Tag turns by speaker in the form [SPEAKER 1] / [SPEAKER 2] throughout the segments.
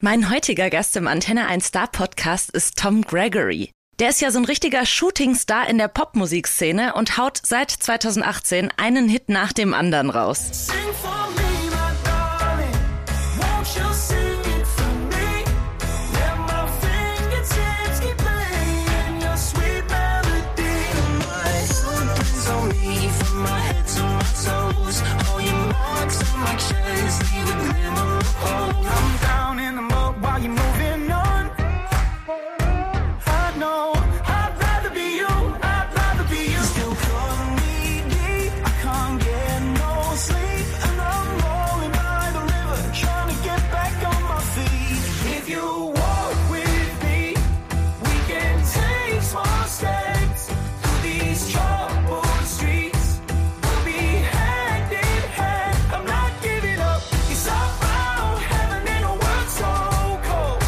[SPEAKER 1] Mein heutiger Gast im Antenne 1 Star Podcast ist Tom Gregory. Der ist ja so ein richtiger Shootingstar in der Popmusikszene und haut seit 2018 einen Hit nach dem anderen raus.
[SPEAKER 2] Sing for me, my darling. Won't you sing it for me? Let my fingertips keep playing your sweet melody. My hands on me, from my head to my toes. All your marks on my chest, leave a glimmer of hope. I'm down in the mud while you're moving on. I know. I'd rather be you. I'd rather be you. Still calling me deep. I can't get no sleep, and I'm rolling by the river, trying to get back on my feet. If you walk with me, we can take small steps through these troubled streets. We'll be hand in hand. I'm not giving up. Yes, I found heaven in a world so cold.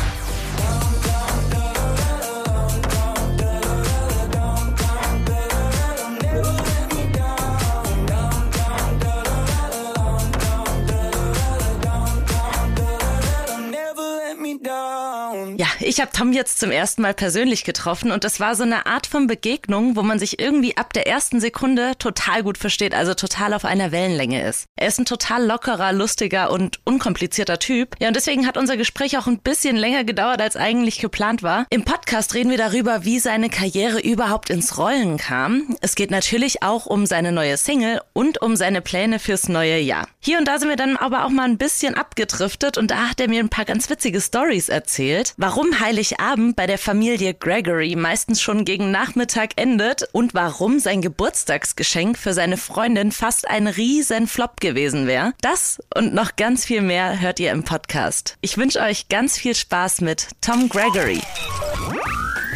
[SPEAKER 2] Never let me down.
[SPEAKER 1] Ja, ich habe Tom jetzt zum ersten Mal persönlich getroffen und das war so eine Art von Begegnung, wo man sich irgendwie ab der ersten Sekunde total gut versteht, also total auf einer Wellenlänge ist. Er ist ein total lockerer, lustiger und unkomplizierter Typ. Ja, und deswegen hat unser Gespräch auch ein bisschen länger gedauert, als eigentlich geplant war. Im Podcast reden wir darüber, wie seine Karriere überhaupt ins Rollen kam. Es geht natürlich auch um seine neue Single und um seine Pläne fürs neue Jahr. Hier und da sind wir dann aber auch mal ein bisschen abgedriftet und da hat er mir ein paar ganz witzige Stories erzählt, warum Heiligabend bei der Familie Gregory meistens schon gegen Nachmittag endet und warum sein Geburtstagsgeschenk für seine Freundin fast ein riesen Flop gewesen wäre. Das und noch ganz viel mehr hört ihr im Podcast. Ich wünsche euch ganz viel Spaß mit Tom Gregory.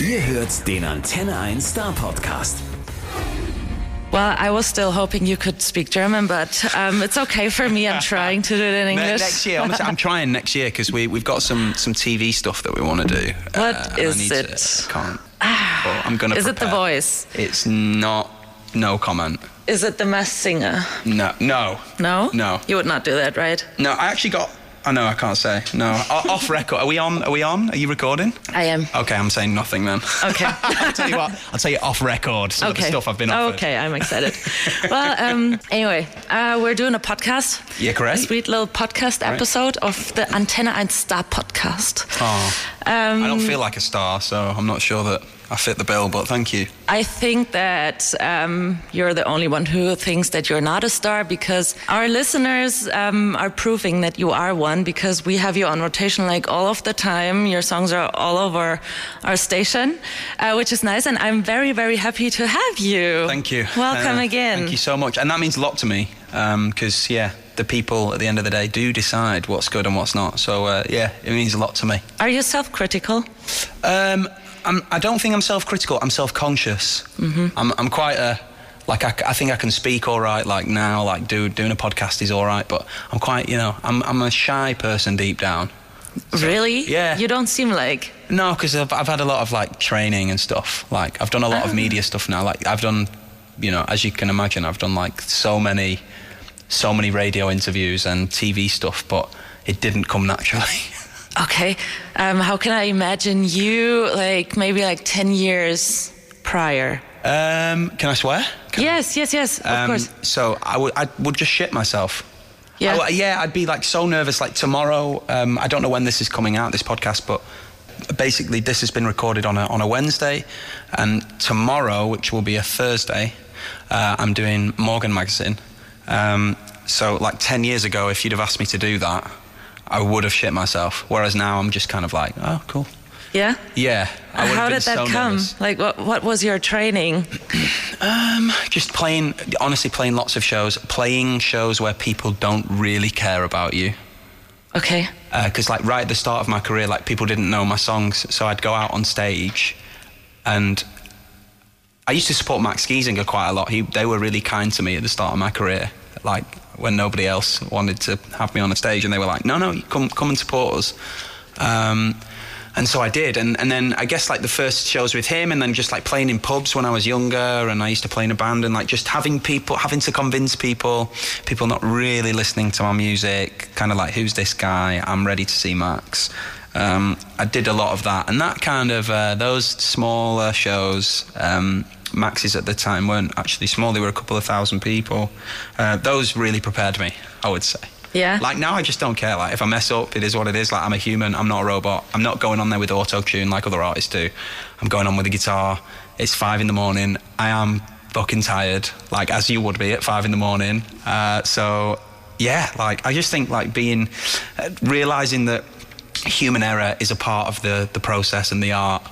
[SPEAKER 3] Ihr hört den Antenne 1 Star Podcast.
[SPEAKER 1] Well, I was still hoping you could speak German, but um, it's okay for me. I'm trying to do it in
[SPEAKER 4] Ne-
[SPEAKER 1] English.
[SPEAKER 4] next year, honestly, I'm trying next year because we we've got some some TV stuff that we want to do. Uh,
[SPEAKER 1] What
[SPEAKER 4] and
[SPEAKER 1] is
[SPEAKER 4] I need to-
[SPEAKER 1] it? Ah,
[SPEAKER 4] I can't. but I'm gonna.
[SPEAKER 1] Is it The
[SPEAKER 4] prepare.
[SPEAKER 1] Voice?
[SPEAKER 4] It's not. No comment.
[SPEAKER 1] Is it the mass singer?
[SPEAKER 4] No. No.
[SPEAKER 1] No?
[SPEAKER 4] No.
[SPEAKER 1] You would not do that, right?
[SPEAKER 4] No. I actually got. I know. I can't say. No. O- Off record. Are we on? Are we on? Are you recording?
[SPEAKER 1] I am.
[SPEAKER 4] Okay, I'm saying nothing then.
[SPEAKER 1] Okay.
[SPEAKER 4] I'll tell you what. I'll tell you off record some of the stuff I've been offered.
[SPEAKER 1] Okay, I'm excited. well, um, anyway, uh, we're doing a podcast.
[SPEAKER 4] Yeah,
[SPEAKER 1] A
[SPEAKER 4] correct.
[SPEAKER 1] sweet little podcast episode of the Antenna 1 Star podcast.
[SPEAKER 4] Oh. I
[SPEAKER 1] Um,
[SPEAKER 4] don't feel like a star, so I'm not sure that I fit the bill. But thank you.
[SPEAKER 1] I think that um, you're the only one who thinks that you're not a star because our listeners um, are proving that you are one because we have you on rotation like all of the time. Your songs are all over our station, uh, which is nice. And I'm very, very happy to have you.
[SPEAKER 4] Thank you.
[SPEAKER 1] Welcome
[SPEAKER 4] Uh,
[SPEAKER 1] again.
[SPEAKER 4] Thank you so much. And that means a lot to me because, yeah, the people at the end of the day do decide what's good and what's not. So, uh, yeah, it means a lot to me.
[SPEAKER 1] Are you self critical?
[SPEAKER 4] Um, I'm, I don't think I'm self critical, I'm self conscious. Mm-hmm. I'm, I'm quite a. Like I, c- I think I can speak all right. Like now, like do, doing a podcast is all right. But I'm quite, you know, I'm, I'm a shy person deep down.
[SPEAKER 1] Really?
[SPEAKER 4] Yeah.
[SPEAKER 1] You don't seem like.
[SPEAKER 4] No, because I've, I've had a lot of like training and stuff. Like I've done a lot of media stuff now. Like I've done, you know, as you can imagine, I've done like so many, so many radio interviews and TV stuff, but it didn't come naturally.
[SPEAKER 1] Okay. Um, how can I imagine you like maybe like ten years prior?
[SPEAKER 4] um, can I swear? Can
[SPEAKER 1] yes, yes, yes. Of
[SPEAKER 4] Um,
[SPEAKER 1] course.
[SPEAKER 4] So I would, I would just shit myself.
[SPEAKER 1] Yeah.
[SPEAKER 4] I would- yeah, I'd be like so nervous. Like tomorrow, um, I don't know when this is coming out, this podcast, but basically this has been recorded on a on a Wednesday, and tomorrow, which will be a Thursday, uh, I'm doing Morgan magazine. Um, so like ten years ago, if you'd have asked me to do that, I would have shit myself. Whereas now, I'm just kind of like, oh, cool.
[SPEAKER 1] Yeah.
[SPEAKER 4] Yeah. I would have
[SPEAKER 1] how
[SPEAKER 4] been
[SPEAKER 1] did that
[SPEAKER 4] so
[SPEAKER 1] come?
[SPEAKER 4] nervous.
[SPEAKER 1] Like, what what was your training?
[SPEAKER 4] Um, just playing, honestly, playing lots of shows, playing shows where people don't really care about you.
[SPEAKER 1] Okay.
[SPEAKER 4] Because, like, right at the start of my career, like, people didn't know my songs, so I'd go out on stage and I used to support Max Giesinger quite a lot. He, they were really kind to me at the start of my career, like when nobody else wanted to have me on a stage, and they were like, "No, no, you come, come and support us." Um, and so I did. And, and then I guess like the first shows with him, and then just like playing in pubs when I was younger, and I used to play in a band, and like just having people, having to convince people, people not really listening to my music, kind of like, who's this guy? I'm ready to see Max. Um, I did a lot of that, and that kind of uh, those smaller shows. Um, Max's at the time weren't actually small; they were a couple of thousand people. Uh, those really prepared me, I would say.
[SPEAKER 5] Yeah.
[SPEAKER 4] Like now, I just don't care. Like if I mess up, it is what it is. Like I'm a human. I'm not a robot. I'm not going on there with auto tune like other artists do. I'm going on with a guitar. It's five in the morning. I am fucking tired, like as you would be at five in the morning. Uh, so yeah, like I just think like being uh, realizing that human error is a part of the the process and the art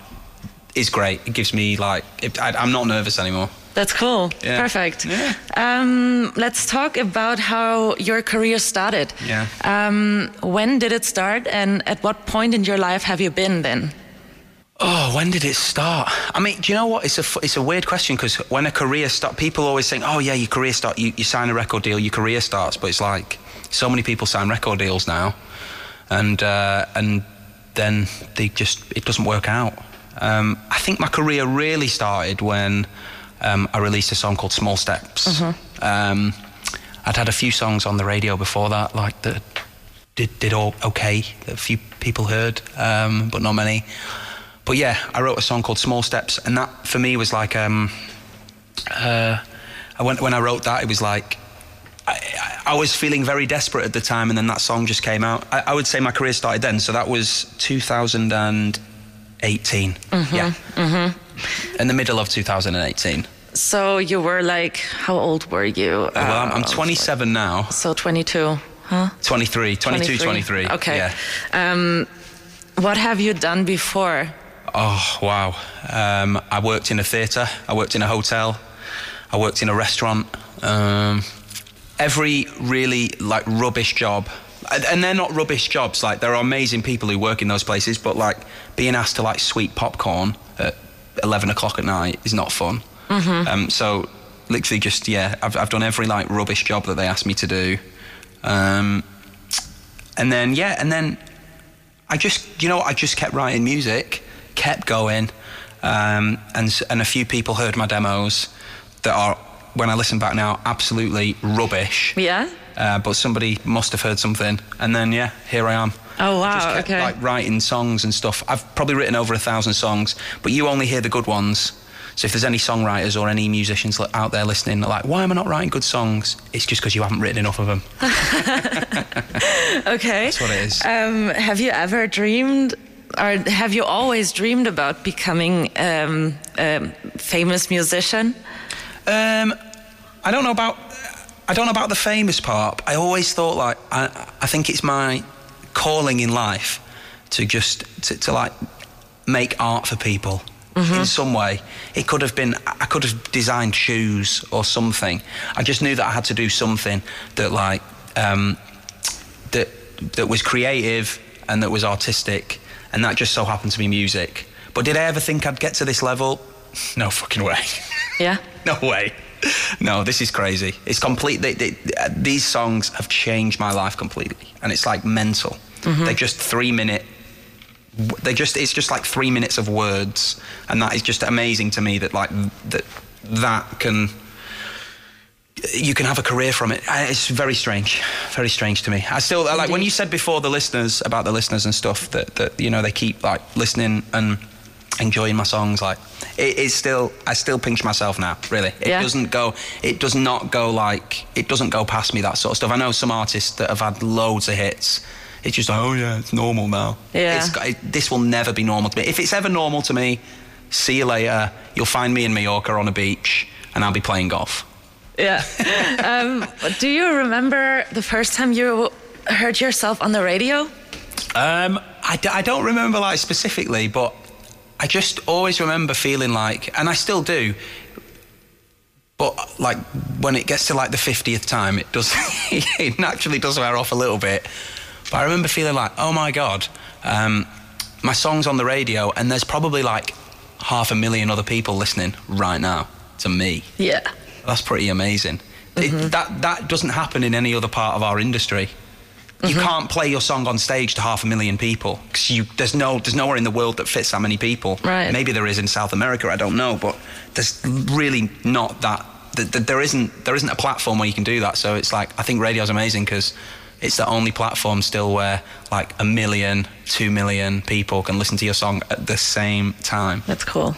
[SPEAKER 4] is great. It gives me like it, I, I'm not nervous anymore.
[SPEAKER 5] That's cool.
[SPEAKER 4] Yeah.
[SPEAKER 5] Perfect.
[SPEAKER 4] Yeah.
[SPEAKER 5] Um, let's talk about how your career started.
[SPEAKER 4] Yeah.
[SPEAKER 5] Um, when did it start, and at what point in your life have you been then?
[SPEAKER 4] Oh, when did it start? I mean, do you know what? It's a fu- it's a weird question because when a career start, people always think, "Oh yeah, your career start. You, you sign a record deal, your career starts." But it's like so many people sign record deals now, and uh, and then they just it doesn't work out. Um, I think my career really started when um, I released a song called "Small Steps." Um, I'd had a few songs on the radio before that, like the did did all okay. A few people heard, um, but not many. But yeah, I wrote a song called "Small Steps," and that for me was like, um, uh, I went when I wrote that, it was like. I, I- I was feeling very desperate at the time, and then that song just came out. I, I would say my career started then, so that was 2018. yeah, in the middle of 2018.
[SPEAKER 5] So you were like, how old were you?
[SPEAKER 4] well,
[SPEAKER 1] Oh,
[SPEAKER 4] Oh, I'm, I'm
[SPEAKER 5] Uh,
[SPEAKER 4] 27 now,
[SPEAKER 5] So 22, huh?
[SPEAKER 4] 23, 22, 23.
[SPEAKER 5] Okay.
[SPEAKER 4] Yeah.
[SPEAKER 5] Um, what have you done before?
[SPEAKER 4] Oh wow! Um, I worked in a theatre. I worked in a hotel. I worked in a restaurant. Um, every really like rubbish job, and and they're not rubbish jobs. Like there are amazing people who work in those places, but like being asked to like sweep popcorn at eleven o'clock at night is not fun. Um, so literally, just yeah, I've I've done every like rubbish job that they asked me to do. Um, and then yeah, and then I just, you know, I just kept writing music, kept going, um, and s- and a few people heard my demos that are, when I listen back now, absolutely rubbish.
[SPEAKER 5] Yeah.
[SPEAKER 4] Uh, but somebody must have heard something, and then yeah, here I am.
[SPEAKER 5] Oh
[SPEAKER 4] I just
[SPEAKER 5] wow.
[SPEAKER 4] kept,
[SPEAKER 5] okay.
[SPEAKER 4] Like writing songs and stuff. I've probably written over a thousand songs, but you only hear the good ones. So if there's any songwriters or any musicians li- out there listening, that are like, why am I not writing good songs? It's just because you haven't written enough of them.
[SPEAKER 5] okay.
[SPEAKER 4] That's what it is.
[SPEAKER 5] Um, have you ever dreamed, or have you always dreamed about becoming um, a famous musician?
[SPEAKER 4] Um, I don't know about. I don't know about the famous part. I always thought like I. I think it's my calling in life to just to, to like make art for people in some way. It could have been. I could have designed shoes or something. I just knew that I had to do something that like um, that that was creative and that was artistic, and that just so happened to be music. But did I ever think I'd get to this level? No fucking way.
[SPEAKER 5] Yeah.
[SPEAKER 4] no way. No, this is crazy. It's complete. They, they, uh, these songs have changed my life completely, and it's like mental. They're just three minute. w- They just it's just like three minutes of words, and that is just amazing to me that like that that can you can have a career from it. Uh, It's very strange, very strange to me. I still I like when you said before the listeners about the listeners and stuff that that you know they keep like listening and enjoying my songs. Like it, it's still I still pinch myself now. Really, it
[SPEAKER 5] Yeah.
[SPEAKER 4] doesn't go. It does not go like it doesn't go past me that sort of stuff. I know some artists that have had loads of hits. It's just like oh yeah, it's normal now.
[SPEAKER 5] Yeah.
[SPEAKER 4] It's got- it, this will never be normal to me. If it's ever normal to me, see you later. You'll find me in Mallorca on a beach, and I'll be playing golf.
[SPEAKER 5] Yeah. um, do you remember the first time you heard yourself on the radio?
[SPEAKER 4] Um, I, d- I don't remember like specifically, but I just always remember feeling like, and I still do. But like when it gets to like the fiftieth time, it does it naturally does wear off a little bit. But I remember feeling like, oh my god, um, my song's on the radio, and there's probably like half a million other people listening right now to me.
[SPEAKER 5] Yeah.
[SPEAKER 4] That's pretty amazing. It, that that doesn't happen in any other part of our industry. You can't play your song on stage to half a million people because you there's no there's nowhere in the world that fits that many people.
[SPEAKER 1] Right.
[SPEAKER 4] Maybe there is in South America, I don't know, but there's really not that. th th there isn't there isn't a platform where you can do that. So it's like I think radio's amazing because it's the only platform still where like a million, two million people can listen to your song at the same time.
[SPEAKER 1] That's cool.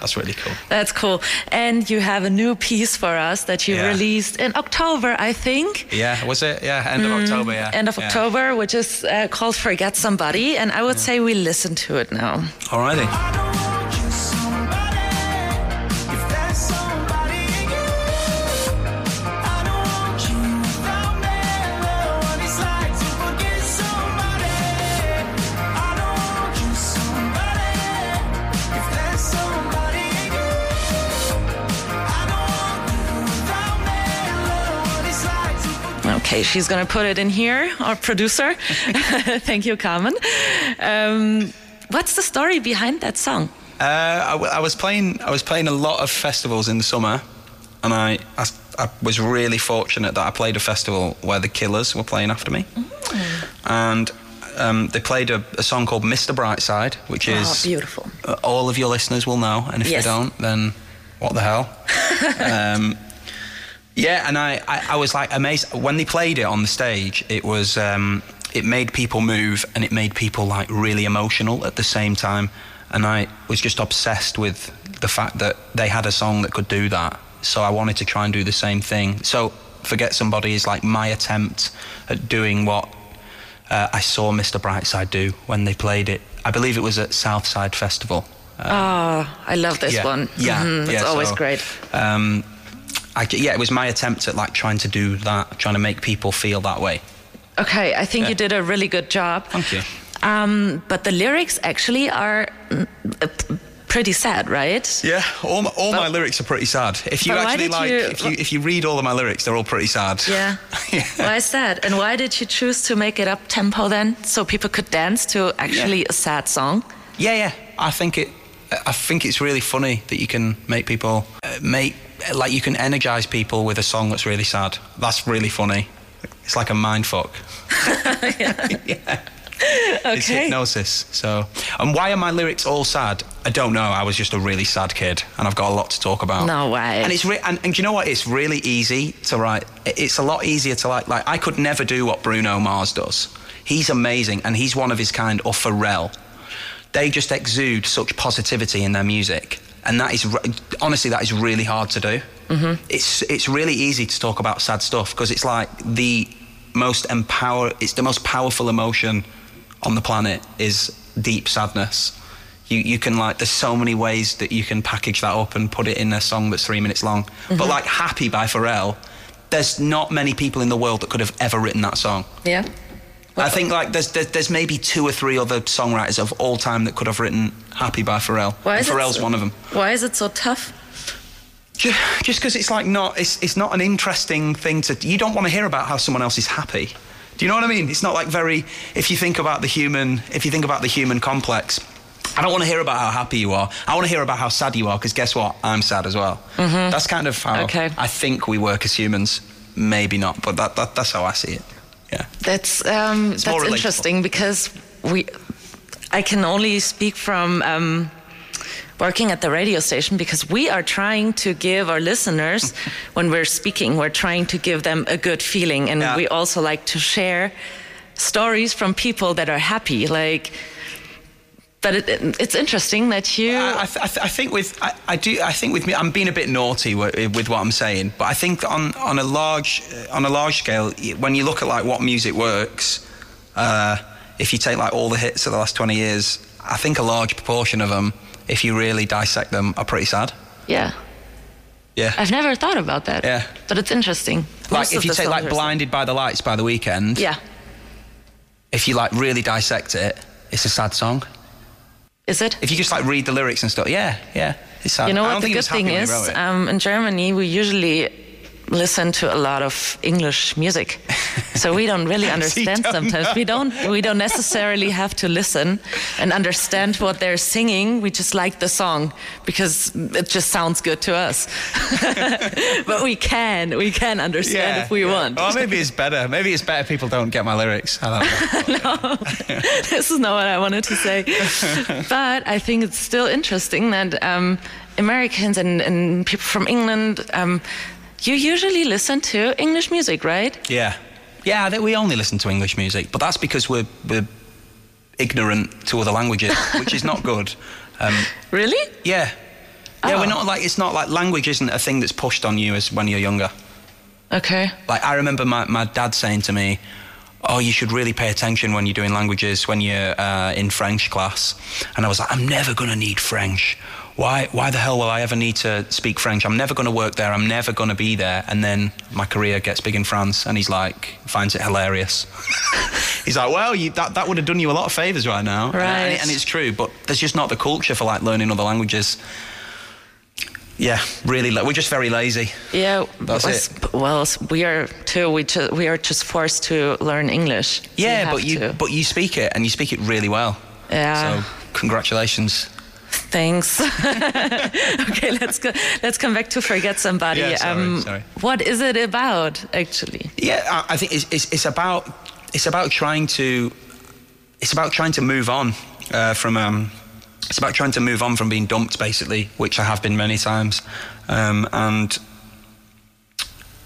[SPEAKER 4] that's really cool.
[SPEAKER 1] That's cool. And you have a new piece for us that you
[SPEAKER 4] Yeah.
[SPEAKER 1] released in October, I think.
[SPEAKER 4] Yeah, was it? Yeah, end of October. Oh, Yeah,
[SPEAKER 1] Mm-hmm. End of
[SPEAKER 4] Yeah.
[SPEAKER 1] October, which is uh, called Forget Somebody. And I would say we listen to it now.
[SPEAKER 4] Alrighty.
[SPEAKER 2] I don't want you somebody if that's somebody you I don't want you without me what it's like to forget somebody I don't want you somebody if that's somebody you I don't want you without me what it's like to forget
[SPEAKER 1] Okay, she's going to put it in here, our producer. Thank you, Carmen. Um, what's the story behind that song?
[SPEAKER 4] Uh, I, w- I was playing. I was playing a lot of festivals in the summer, and I, I s- I was really fortunate that I played a festival where the Killers were playing after me,
[SPEAKER 1] Mm.
[SPEAKER 4] and um, they played a, a song called "Mr. Brightside," which is
[SPEAKER 1] Oh, beautiful.
[SPEAKER 4] uh, all of your listeners will know, and if
[SPEAKER 1] Yes.
[SPEAKER 4] they don't, then what the hell? um, yeah, and I, I, I was like amazed when they played it on the stage. It was um, it made people move and it made people like really emotional at the same time. And I was just obsessed with the fact that they had a song that could do that. So I wanted to try and do the same thing. So forget somebody is like my attempt at doing what uh, I saw Mr. Brightside do when they played it. I believe it was at Southside Festival.
[SPEAKER 1] oh, I love this
[SPEAKER 4] yeah,
[SPEAKER 1] one.
[SPEAKER 4] Yeah,
[SPEAKER 1] Mhm, it's
[SPEAKER 4] yeah,
[SPEAKER 1] always
[SPEAKER 4] so,
[SPEAKER 1] great.
[SPEAKER 4] Um, I, yeah, it was my attempt at like trying to do that, trying to make people feel that way.
[SPEAKER 1] Okay, I think
[SPEAKER 4] Yeah.
[SPEAKER 1] you did a really good job.
[SPEAKER 4] Thank you.
[SPEAKER 1] Um, but the lyrics actually are mm, uh, p- pretty sad, right?
[SPEAKER 4] Yeah, all my, all my
[SPEAKER 1] But-
[SPEAKER 4] lyrics are pretty sad. If you
[SPEAKER 1] but why
[SPEAKER 4] actually
[SPEAKER 1] did
[SPEAKER 4] like,
[SPEAKER 1] you-
[SPEAKER 4] if you if you read all of my lyrics, they're all pretty sad.
[SPEAKER 1] Yeah.
[SPEAKER 4] Yeah.
[SPEAKER 1] Why is that? And why did you choose to make it up tempo then, so people could dance to actually a sad song?
[SPEAKER 4] Yeah, yeah. I think it. I think it's really funny that you can make people uh, make like you can energize people with a song that's really sad. That's really funny. It's like a mind fuck.
[SPEAKER 1] Okay.
[SPEAKER 4] It's hypnosis. So, and why are my lyrics all sad? I don't know. I was just a really sad kid, and I've got a lot to talk about.
[SPEAKER 1] No way.
[SPEAKER 4] And it's re- and, and do you know what? It's really easy to write. I- It's a lot easier to like. Like I could never do what Bruno Mars does. He's amazing, and he's one of his kind. Or Pharrell. They just exude such positivity in their music, and that is re- honestly that is really hard to do. Mm-hmm. It's it's really easy to talk about sad stuff because it's like the most empower. It's the most powerful emotion on the planet is deep sadness. You you can like there's so many ways that you can package that up and put it in a song that's three minutes long. But
[SPEAKER 1] Mm-hmm.
[SPEAKER 4] like Happy by Pharrell, there's not many people in the world that could have ever written that song.
[SPEAKER 1] yeah.
[SPEAKER 4] I think like there's, there's there's maybe two or three other songwriters of all time that could have written Happy by Pharrell.
[SPEAKER 1] Why
[SPEAKER 4] And
[SPEAKER 1] is
[SPEAKER 4] Pharrell's
[SPEAKER 1] it so,
[SPEAKER 4] one of them.
[SPEAKER 1] Why is it so tough?
[SPEAKER 4] Ju- Just because it's like not it's it's not an interesting thing to you don't want to hear about how someone else is happy. Do you know what I mean? It's not like very if you think about the human if you think about the human complex. I don't want to hear about how happy you are. I want to hear about how sad you are because guess what? I'm sad as well. That's kind of how
[SPEAKER 1] Okay.
[SPEAKER 4] I think we work as humans. Maybe not, but that, that that's how I see it. Yeah.
[SPEAKER 1] That's um,
[SPEAKER 4] more
[SPEAKER 1] that's
[SPEAKER 4] relatable.
[SPEAKER 1] interesting because we, I can only speak from um, working at the radio station because we are trying to give our listeners, when we're speaking, we're trying to give them a good feeling, and
[SPEAKER 4] Yeah.
[SPEAKER 1] we also like to share stories from people that are happy, like. But it, it's interesting that you.
[SPEAKER 4] I, I, th- I th- I think with I, I do I think with me I'm being a bit naughty w- with what I'm saying, but I think on on a large uh, on a large scale y- when you look at like what music works, uh, if you take like all the hits of the last 20 years, I think a large proportion of them, if you really dissect them, are pretty sad.
[SPEAKER 1] yeah,
[SPEAKER 4] Yeah.
[SPEAKER 1] I've never thought about that.
[SPEAKER 4] Yeah.
[SPEAKER 1] But it's interesting. Most
[SPEAKER 4] like
[SPEAKER 1] of
[SPEAKER 4] if you
[SPEAKER 1] the
[SPEAKER 4] take like
[SPEAKER 1] songs are-
[SPEAKER 4] Blinded by the Lights by the Weekend,
[SPEAKER 1] Yeah.
[SPEAKER 4] if you like really dissect it, it's a sad song.
[SPEAKER 1] Is it?
[SPEAKER 4] If you just like read the lyrics and stuff, yeah, yeah, it's sad.
[SPEAKER 1] You know
[SPEAKER 4] I
[SPEAKER 1] what
[SPEAKER 4] don't
[SPEAKER 1] the
[SPEAKER 4] think
[SPEAKER 1] good Um, thing
[SPEAKER 4] he was happy when he
[SPEAKER 1] is?
[SPEAKER 4] wrote it.
[SPEAKER 1] Um, in Germany, we usually listen to a lot of English music, so we don't really understand
[SPEAKER 4] don't
[SPEAKER 1] sometimes. We don't we don't necessarily have to listen and understand what they're singing. We just like the song because it just sounds good to us. but we can we can understand if we
[SPEAKER 4] yeah. Oh,
[SPEAKER 1] want.
[SPEAKER 4] Or maybe it's better. Maybe it's better people don't get my lyrics. I don't know.
[SPEAKER 1] this is not what I wanted to say. but I think it's still interesting that um, Americans and, and people from England, um, you usually listen to English music, right?
[SPEAKER 4] Yeah, yeah. I think we only listen to English music, but that's because we're we're ignorant to other languages, which is not good. Um,
[SPEAKER 1] Really?
[SPEAKER 4] yeah, yeah.
[SPEAKER 1] Oh.
[SPEAKER 4] We're not like it's not like language isn't a thing that's pushed on you as when you're younger.
[SPEAKER 1] Okay.
[SPEAKER 4] Like I remember my, my dad saying to me, "Oh, you should really pay attention when you're doing languages when you're uh, in French class," and I was like, "I'm never gonna need French." Why, why the hell will I ever need to speak French? I'm never going to work there. I'm never going to be there. And then my career gets big in France, and he's like, finds it hilarious. he's like, well, you, that, that would have done you a lot of favours right now. And- And,
[SPEAKER 1] Right.
[SPEAKER 4] and it's true, but there's just not the culture for like learning other languages. Yeah, really, la- we're just very lazy.
[SPEAKER 1] Yeah.
[SPEAKER 4] That's
[SPEAKER 1] was- Well, s- we are too. We ju- we are just forced to learn English. We
[SPEAKER 4] Yeah,
[SPEAKER 1] have
[SPEAKER 4] but you
[SPEAKER 1] to.
[SPEAKER 4] but you speak it and you speak it really well.
[SPEAKER 1] Yeah.
[SPEAKER 4] So congratulations.
[SPEAKER 1] Thanks. okay, let's go. Let's come back to forget somebody. Um,
[SPEAKER 4] Yeah, sorry, sorry.
[SPEAKER 1] What is it about actually?
[SPEAKER 4] Yeah, I, I think it's, it's it's about it's about trying to it's about trying to move on uh, from um it's about trying to move on from being dumped basically, which I have been many times, um, and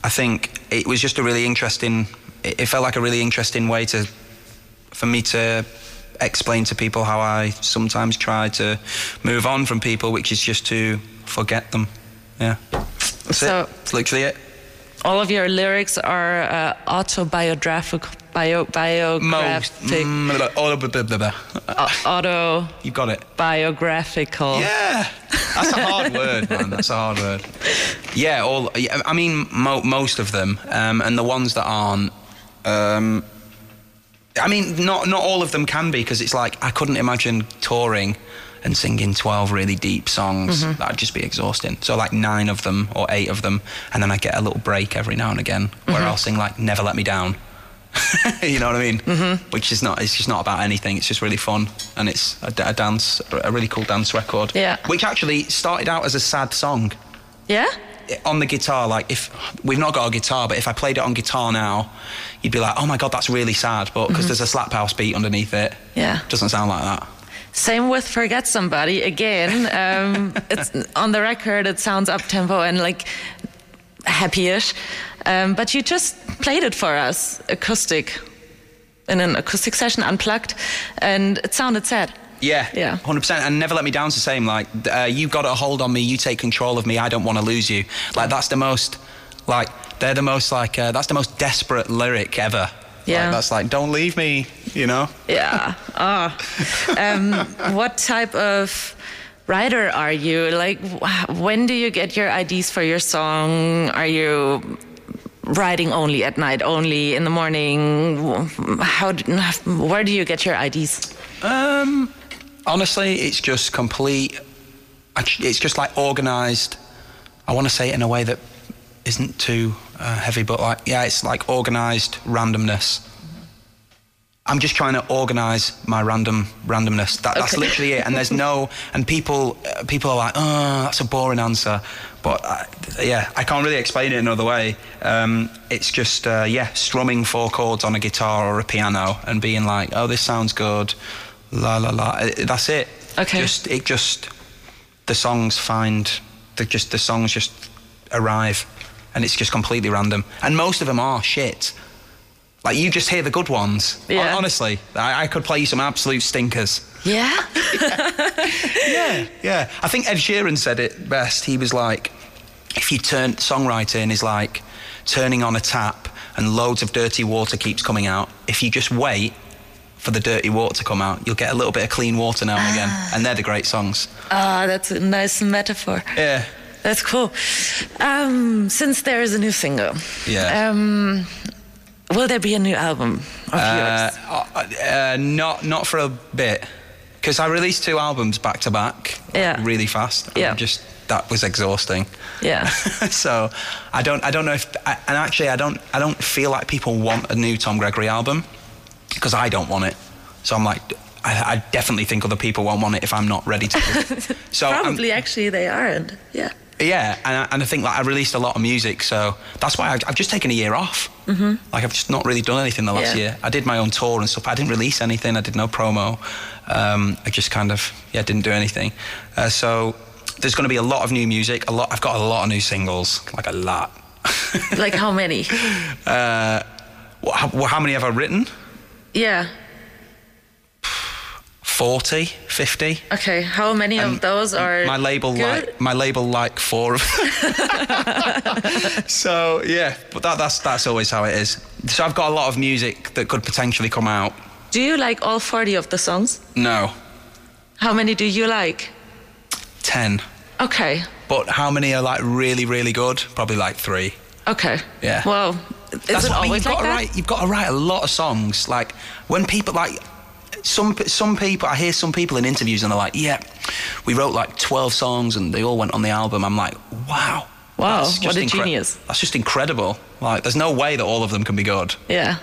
[SPEAKER 4] I think it was just a really interesting. It, it felt like a really interesting way to for me to explain to people how I sometimes try to move on from people, which is just to forget them. Yeah. That's
[SPEAKER 1] So-
[SPEAKER 4] it. That's literally it.
[SPEAKER 1] All of your lyrics are uh, autobiographical, bio,
[SPEAKER 4] Most.
[SPEAKER 1] biographic,
[SPEAKER 4] Mm, blah, blah, blah, blah, blah, blah. Uh,
[SPEAKER 1] au-
[SPEAKER 4] You got it.
[SPEAKER 1] autobiographical.
[SPEAKER 4] Yeah. That's a hard word, man. That's a hard word. Yeah, all. yeah, I mean, mo- most of them, um, and the ones that aren't. Um, I mean, not not all of them can be because it's like I couldn't imagine touring and singing twelve really deep songs. That'd just be exhausting. So like nine of them or eight of them, and then I get a little break every now and again where I'll sing like "Never Let Me Down." you know what I mean? Mm-hmm. Which is not. It's just not about anything. It's just really fun, and it's a, d- a dance, a really cool dance record.
[SPEAKER 1] Yeah.
[SPEAKER 4] Which actually started out as a sad song
[SPEAKER 1] Yeah?
[SPEAKER 4] on the guitar, like if we've not got a guitar, but if I played it on guitar now, you'd be like, "Oh my god, that's really sad," but because there's a slap house beat underneath it,
[SPEAKER 1] Mm-hmm. Yeah.
[SPEAKER 4] doesn't sound like that.
[SPEAKER 1] Same with Forget Somebody. Again, um, it's on the record, it sounds up tempo and like happy ish. Um, but you just played it for us acoustic in an acoustic session, unplugged, and it sounded sad.
[SPEAKER 4] Yeah,
[SPEAKER 1] Yeah.
[SPEAKER 4] hundred percent. And never let me down's the same. Like th- uh, you got a hold on me, you take control of me. I don't want to lose you. Like that's the most, like they're the most like uh, that's the most desperate lyric ever.
[SPEAKER 1] Yeah.
[SPEAKER 4] like, that's like don't leave me. You know.
[SPEAKER 1] Yeah. Ah. Um, what type of writer are you? Like, wh- when do you get your ideas for your song? Are you writing only at night, only in the morning? Wh- How? d- Where do you get your ideas?
[SPEAKER 4] Um, honestly, it's just complete. actu- It's just like organised. I want to say it in a way that isn't too uh, heavy, but like yeah, it's like organised randomness. I'm just trying to organise my random randomness. That, That's
[SPEAKER 1] Okay.
[SPEAKER 4] literally it. And there's no and people uh, people are like, oh, that's a boring answer, but I, yeah, I can't really explain it another way. Um, it's just uh, yeah, strumming four chords on a guitar or a piano and being like, oh, this sounds good, la la la. Uh, That's it.
[SPEAKER 1] Okay.
[SPEAKER 4] Just it just the songs find the just the songs just arrive, and it's just completely random. And most of them are shit. Like you just hear the good ones. Hon-
[SPEAKER 1] Yeah.
[SPEAKER 4] Honestly, I, I could play you some absolute stinkers.
[SPEAKER 1] Yeah.
[SPEAKER 4] Yeah, yeah. I think Ed Sheeran said it best. He was like, if you turn songwriting is like turning on a tap and loads of dirty water keeps coming out. If you just wait for the dirty water to come out, you'll get a little bit of clean water now and again. And they're the great songs.
[SPEAKER 1] Ah, that's a nice metaphor.
[SPEAKER 4] Yeah.
[SPEAKER 1] That's cool. Um, since there is a new single,
[SPEAKER 4] Yeah.
[SPEAKER 1] Um, will there be a new album of
[SPEAKER 4] Uh,
[SPEAKER 1] yours?
[SPEAKER 4] uh, uh, not not for a bit. because I released two albums back to back, like,
[SPEAKER 1] Yeah.
[SPEAKER 4] really fast. and
[SPEAKER 1] Yeah.
[SPEAKER 4] just that was exhausting.
[SPEAKER 1] Yeah.
[SPEAKER 4] so I don't I don't know if I, and actually I don't I don't feel like people want a new Tom Gregory album because I don't want it. So I'm like I, I definitely think other people won't want it if I'm not ready to. do it. So um, I'm-
[SPEAKER 1] Probably actually they aren't. Yeah.
[SPEAKER 4] yeah, and I, and I think like I released a lot of music, so that's why I, I've just taken a year off. Mm-hmm. Like I've just not really done anything the last
[SPEAKER 1] Yeah.
[SPEAKER 4] year. I did my own tour and stuff. I didn't release anything. I did no promo. Um, I just kind of yeah didn't do anything. Uh, so there's going to be a lot of new music. A lot. I've got a lot of new singles. Like a lot.
[SPEAKER 1] Like how many?
[SPEAKER 4] What, how, well, how many have I written?
[SPEAKER 1] Yeah.
[SPEAKER 4] 40, 50?
[SPEAKER 1] Okay. How many of those are
[SPEAKER 4] my label
[SPEAKER 1] good?
[SPEAKER 4] like my label like four of so yeah but that, that's that's always how it is so i've got a lot of music that could potentially come out
[SPEAKER 1] Do you like all 40 of the songs?
[SPEAKER 4] no
[SPEAKER 1] How many do you like?
[SPEAKER 4] 10
[SPEAKER 1] Okay.
[SPEAKER 4] but how many are like really really good probably like three
[SPEAKER 1] Okay.
[SPEAKER 4] Yeah.
[SPEAKER 1] Well, is it
[SPEAKER 4] what I mean,
[SPEAKER 1] always
[SPEAKER 4] you've
[SPEAKER 1] like
[SPEAKER 4] got to
[SPEAKER 1] that?
[SPEAKER 4] write you've got to write a lot of songs like when people like some some people I hear some people in interviews and they're like yeah we wrote like 12 songs and they all went on the album I'm like wow
[SPEAKER 1] Wow,
[SPEAKER 4] that's
[SPEAKER 1] what
[SPEAKER 4] just
[SPEAKER 1] a
[SPEAKER 4] incre-
[SPEAKER 1] genius.
[SPEAKER 4] that's just incredible like there's no way that all of them can be good
[SPEAKER 1] Yeah.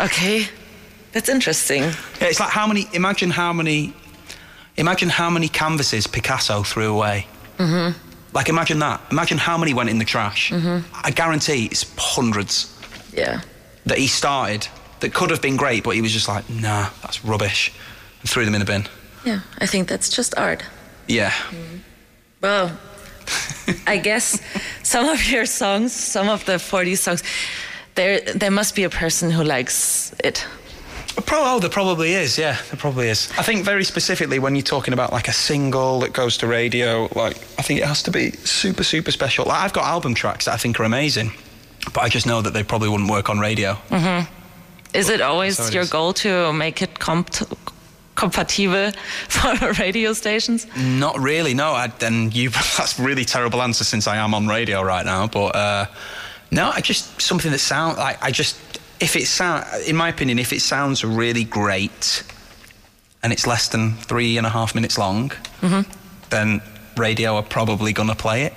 [SPEAKER 1] okay. That's interesting.
[SPEAKER 4] Yeah, it's like how many imagine how many imagine how many canvases Picasso threw away mm-hmm. like imagine that imagine how many went in the trash
[SPEAKER 1] Mm-hmm.
[SPEAKER 4] I guarantee it's hundreds
[SPEAKER 1] Yeah.
[SPEAKER 4] that he started that could have been great, but he was just like, nah, that's rubbish, and threw them in the bin.
[SPEAKER 1] Yeah. I think that's just art.
[SPEAKER 4] Yeah.
[SPEAKER 1] Well, I guess some of your songs, some of the 40 songs, there there must be a person who likes it.
[SPEAKER 4] Pro- oh, there probably is. Yeah, there probably is. I think very specifically when you're talking about like a single that goes to radio, like I think it has to be super, super special. Like I've got album tracks that I think are amazing, but I just know that they probably wouldn't work on radio.
[SPEAKER 1] Is it always
[SPEAKER 4] So it
[SPEAKER 1] your
[SPEAKER 4] is.
[SPEAKER 1] goal to make it compt compatible for radio stations?
[SPEAKER 4] Not really. No, I, then you. That's a really terrible answer since I am on radio right now. But uh, no, I just something that sound like I just if it sound in my opinion if it sounds really great and it's less than three and a half minutes long,
[SPEAKER 1] Mm-hmm.
[SPEAKER 4] then radio are probably gonna play it.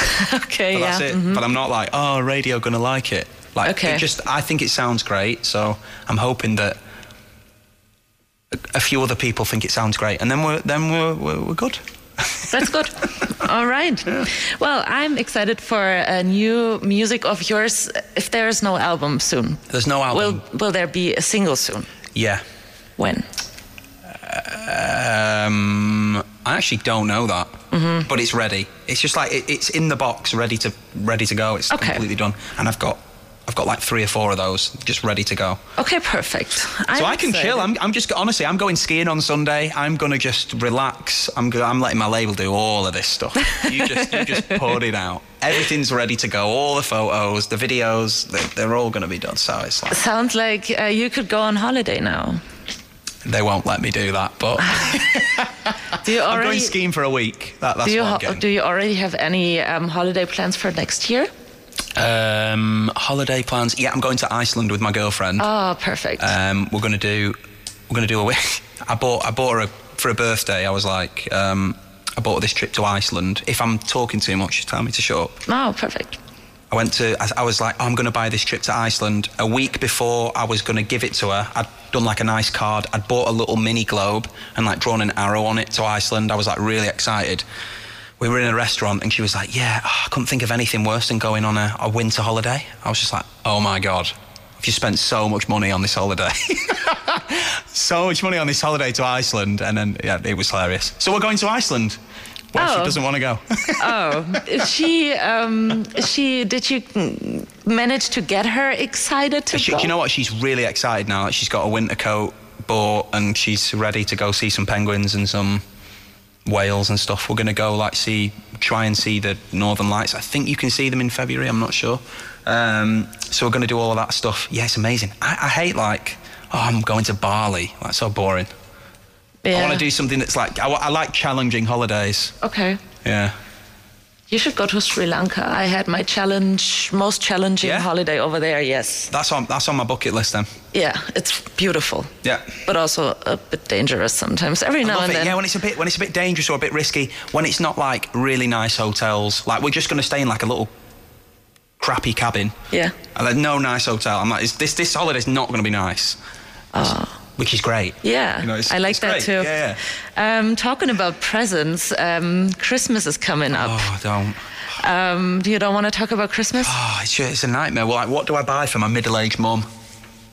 [SPEAKER 1] Okay,
[SPEAKER 4] But
[SPEAKER 1] yeah. Mm-hmm.
[SPEAKER 4] that's it. But I'm not like oh radio gonna like it. Like
[SPEAKER 1] Okay.
[SPEAKER 4] it just I think it sounds great. So I'm hoping that. a- A few other people think it sounds great, and then we're then we're we're, we're good.
[SPEAKER 1] That's good. All right. Well, I'm excited for a new music of yours. If there is no album soon,
[SPEAKER 4] There's no album.
[SPEAKER 1] will will there be a single soon?
[SPEAKER 4] Yeah.
[SPEAKER 1] When?
[SPEAKER 4] Um, I actually don't know that,
[SPEAKER 1] Mm-hmm.
[SPEAKER 4] but it's ready. It's just like it, it's in the box, ready to ready to go. It's
[SPEAKER 1] Okay.
[SPEAKER 4] completely done, and I've got I've got like three or four of those just ready to go.
[SPEAKER 1] Okay, perfect.
[SPEAKER 4] so I can chill. I'm, I'm just honestly, I'm going skiing on Sunday. I'm gonna just relax. I'm go- I'm letting my label do all of this stuff. You just you just put it out. Everything's ready to go. All the photos, the videos, they, they're all gonna be done. So it's like
[SPEAKER 1] Sounds like uh, you could go on holiday now.
[SPEAKER 4] they won't let me do that, but
[SPEAKER 1] Do you
[SPEAKER 4] I'm
[SPEAKER 1] already?
[SPEAKER 4] going skiing for a week. That, that's
[SPEAKER 1] do you
[SPEAKER 4] what I'm
[SPEAKER 1] ho-
[SPEAKER 4] getting.
[SPEAKER 1] do you already have any um, holiday plans for next year?
[SPEAKER 4] Um, holiday plans. Yeah, I'm going to Iceland with my girlfriend.
[SPEAKER 1] Oh, perfect.
[SPEAKER 4] Um, we're gonna do we're gonna do a week. I bought I bought her a, for her birthday. I was like, um, I bought her this trip to Iceland. If I'm talking too much, she's telling me to shut up.
[SPEAKER 1] oh, perfect.
[SPEAKER 4] I went to I, I was like, I'm gonna buy this trip to Iceland. A week before I was gonna give it to her, I'd done like a nice card. I'd bought a little mini globe and like drawn an arrow on it to Iceland. I was like really excited. We were in a restaurant and she was like, Yeah, oh, I couldn't think of anything worse than going on a, a winter holiday. I was just like, Oh my God. I've just spent so much money on this holiday. so much money on this holiday to Iceland. And then, yeah, it was hilarious. So we're going to Iceland. Well,
[SPEAKER 1] Oh.
[SPEAKER 4] she doesn't want to go.
[SPEAKER 1] Oh, she um, she did you mm, manage to get her excited to
[SPEAKER 4] She,
[SPEAKER 1] go?
[SPEAKER 4] do you know what? She's really excited now. Like, she's got a winter coat bought, and she's ready to go see some penguins and some whales and stuff. We're gonna go like see, try and see the Northern Lights. I think you can see them in February. I'm not sure. Um, so we're gonna do all of that stuff. Yeah, it's amazing. I, I hate like, oh, I'm going to Bali. That's so boring. I
[SPEAKER 1] Yeah.
[SPEAKER 4] want to do something that's like, I, wa- I like challenging holidays.
[SPEAKER 1] Okay.
[SPEAKER 4] Yeah.
[SPEAKER 1] You should go to Sri Lanka. I had my challenge, most challenging
[SPEAKER 4] Yeah?
[SPEAKER 1] holiday over there. Yes.
[SPEAKER 4] That's on that's on my bucket list then.
[SPEAKER 1] Yeah, it's beautiful.
[SPEAKER 4] Yeah.
[SPEAKER 1] But also a bit dangerous sometimes. Every now
[SPEAKER 4] Love
[SPEAKER 1] and
[SPEAKER 4] it.
[SPEAKER 1] then.
[SPEAKER 4] Yeah, when it's a bit when it's a bit dangerous or a bit risky, when it's not like really nice hotels, like we're just going to stay in like a little crappy cabin.
[SPEAKER 1] Yeah.
[SPEAKER 4] And there's no nice hotel. I'm like, is this this holiday's not going to be nice, which is great.
[SPEAKER 1] Ah. Yeah,
[SPEAKER 4] You know, it's-
[SPEAKER 1] I like
[SPEAKER 4] it's
[SPEAKER 1] that
[SPEAKER 4] great.
[SPEAKER 1] too.
[SPEAKER 4] Yeah,
[SPEAKER 1] Um, talking about presents, um, Christmas is coming up.
[SPEAKER 4] Oh, I don't.
[SPEAKER 1] Um, you don't want to talk about Christmas?
[SPEAKER 4] Oh, it's, it's a nightmare. Well, like, what do I buy for my middle-aged mum?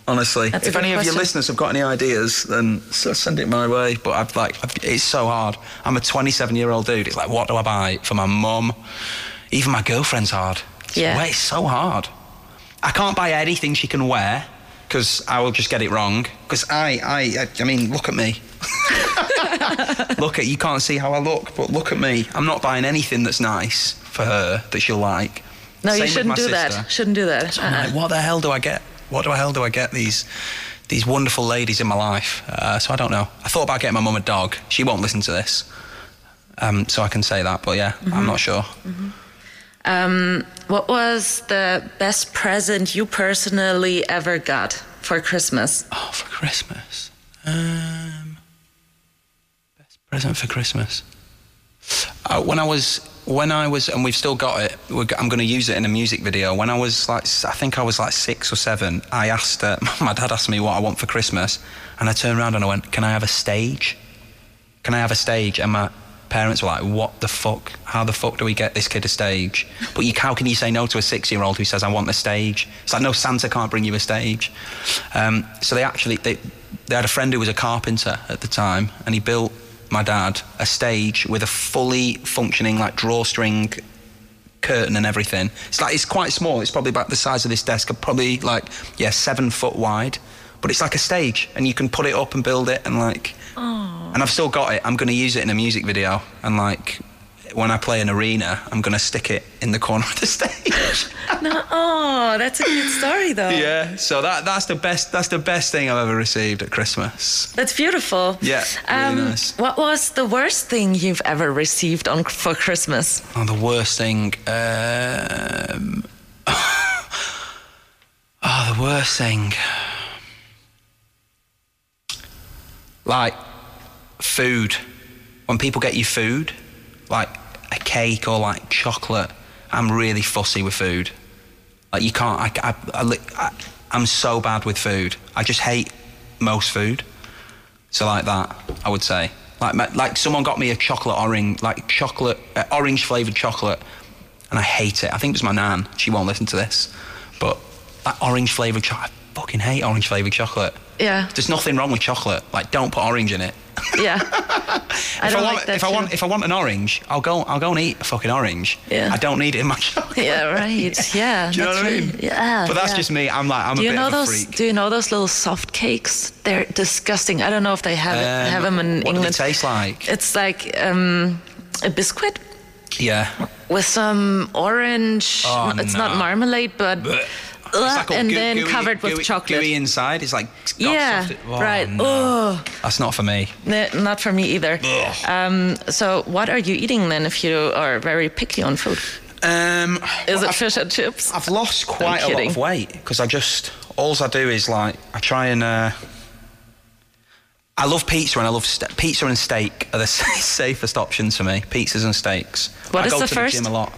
[SPEAKER 4] Honestly,
[SPEAKER 1] That's a
[SPEAKER 4] if
[SPEAKER 1] good
[SPEAKER 4] any of your
[SPEAKER 1] question.
[SPEAKER 4] listeners have got any ideas, then s- send it my way. But I've like, I've, it's so hard. I'm a 27-year-old dude. It's like, what do I buy for my mum? Even my girlfriend's hard. It's-
[SPEAKER 1] Yeah.
[SPEAKER 4] well, it's so hard. I can't buy anything she can wear because I will just get it wrong. Because I, I, I, I mean, look at me. look at you can't see how I look, but look at me. I'm not buying anything that's nice for her that she'll like.
[SPEAKER 1] no,
[SPEAKER 4] Same
[SPEAKER 1] you
[SPEAKER 4] with
[SPEAKER 1] shouldn't
[SPEAKER 4] my
[SPEAKER 1] do that.
[SPEAKER 4] sister.
[SPEAKER 1] Shouldn't do that.
[SPEAKER 4] So I'm
[SPEAKER 1] Uh-uh.
[SPEAKER 4] like, what the hell do I get? What the hell do I get these these wonderful ladies in my life? Uh, so I don't know. I thought about getting my mum a dog. She won't listen to this, um, so I can say that. But yeah, I'm not sure.
[SPEAKER 1] Um, what was the best present you personally ever got for Christmas?
[SPEAKER 4] Oh, for Christmas. Um, best present for Christmas. Uh, when I was, when I was, and we've still got it. We're, g- I'm going to use it in a music video. When I was like, s- I think I was like six or seven. I asked, uh, my dad asked me what I want for Christmas, and I turned around and I went, "Can I have a stage? Can I have a stage?" And my parents were like, "What the fuck? How the fuck do we get this kid a stage?" But you, how can you say no to a six-year-old who says, "I want a stage"? It's like, no, Santa can't bring you a stage. Um, so they actually, they, they had a friend who was a carpenter at the time, and he built my dad a stage with a fully functioning like drawstring curtain and everything. It's like it's quite small. It's probably about the size of this desk, probably like yeah, seven foot wide. But it's like a stage, and you can put it up and build it, and like. And I've still got it. I'm going to use it in a music video, and like when I play an arena, I'm going to stick it in the corner of the stage.
[SPEAKER 1] No, oh, that's a good story though.
[SPEAKER 4] yeah. So that that's the best that's the best thing I've ever received at Christmas.
[SPEAKER 1] That's beautiful. Um,
[SPEAKER 4] Yeah, really nice.
[SPEAKER 1] What was the worst thing you've ever received on for Christmas?
[SPEAKER 4] Oh, the worst thing. Um, oh, the worst thing. Like food. When people get you food, like a cake or like chocolate, I'm really fussy with food. Like you can't. I. I, I, li- I I'm so bad with food. I just hate most food. So like that, I would say. Like my, like someone got me a chocolate orange, like chocolate uh, orange flavored chocolate, and I hate it. I think it was my nan. She won't listen to this, but that orange flavored chocolate. I fucking hate orange flavored chocolate.
[SPEAKER 1] Yeah.
[SPEAKER 4] There's nothing wrong with chocolate. Like don't put orange in it.
[SPEAKER 1] Yeah. I
[SPEAKER 4] if
[SPEAKER 1] don't
[SPEAKER 4] I want
[SPEAKER 1] like that
[SPEAKER 4] if I want
[SPEAKER 1] too.
[SPEAKER 4] if I want an orange, I'll go I'll go and eat a fucking orange.
[SPEAKER 1] Yeah.
[SPEAKER 4] I don't need it in my chocolate.
[SPEAKER 1] Yeah, right. Yeah.
[SPEAKER 4] Do you know
[SPEAKER 1] that's
[SPEAKER 4] what I
[SPEAKER 1] right.
[SPEAKER 4] mean?
[SPEAKER 1] Yeah.
[SPEAKER 4] But that's
[SPEAKER 1] yeah.
[SPEAKER 4] just me. I'm like I'm
[SPEAKER 1] Do
[SPEAKER 4] a
[SPEAKER 1] you
[SPEAKER 4] bit
[SPEAKER 1] know
[SPEAKER 4] of a
[SPEAKER 1] those?
[SPEAKER 4] freak.
[SPEAKER 1] Do you know those little soft cakes? They're disgusting. I don't know if they have it,
[SPEAKER 4] Um,
[SPEAKER 1] have them in
[SPEAKER 4] what do they
[SPEAKER 1] England.
[SPEAKER 4] taste like?
[SPEAKER 1] It's like um, a biscuit
[SPEAKER 4] yeah.
[SPEAKER 1] with some orange.
[SPEAKER 4] Oh,
[SPEAKER 1] it's
[SPEAKER 4] no.
[SPEAKER 1] not marmalade, but
[SPEAKER 4] Blech.
[SPEAKER 1] Ugh,
[SPEAKER 4] It's like all
[SPEAKER 1] and
[SPEAKER 4] goo-
[SPEAKER 1] then
[SPEAKER 4] gooey-
[SPEAKER 1] covered with
[SPEAKER 4] gooey-
[SPEAKER 1] chocolate.
[SPEAKER 4] Gooey inside. It's like got
[SPEAKER 1] Yeah,
[SPEAKER 4] soft- oh,
[SPEAKER 1] right.
[SPEAKER 4] no. That's not for me.
[SPEAKER 1] No, not for me either.
[SPEAKER 4] Ugh.
[SPEAKER 1] Um, so, what are you eating then if you are very picky on food?
[SPEAKER 4] Um,
[SPEAKER 1] Is it
[SPEAKER 4] I've,
[SPEAKER 1] fish and chips?
[SPEAKER 4] I've lost quite a lot
[SPEAKER 1] kidding.
[SPEAKER 4] of weight because I just all I do is like I try and. Uh, I love pizza and I love st- pizza and steak are the sa- safest options for me. Pizzas and steaks.
[SPEAKER 1] What
[SPEAKER 4] I
[SPEAKER 1] is
[SPEAKER 4] go
[SPEAKER 1] the
[SPEAKER 4] to
[SPEAKER 1] first?
[SPEAKER 4] the gym a lot.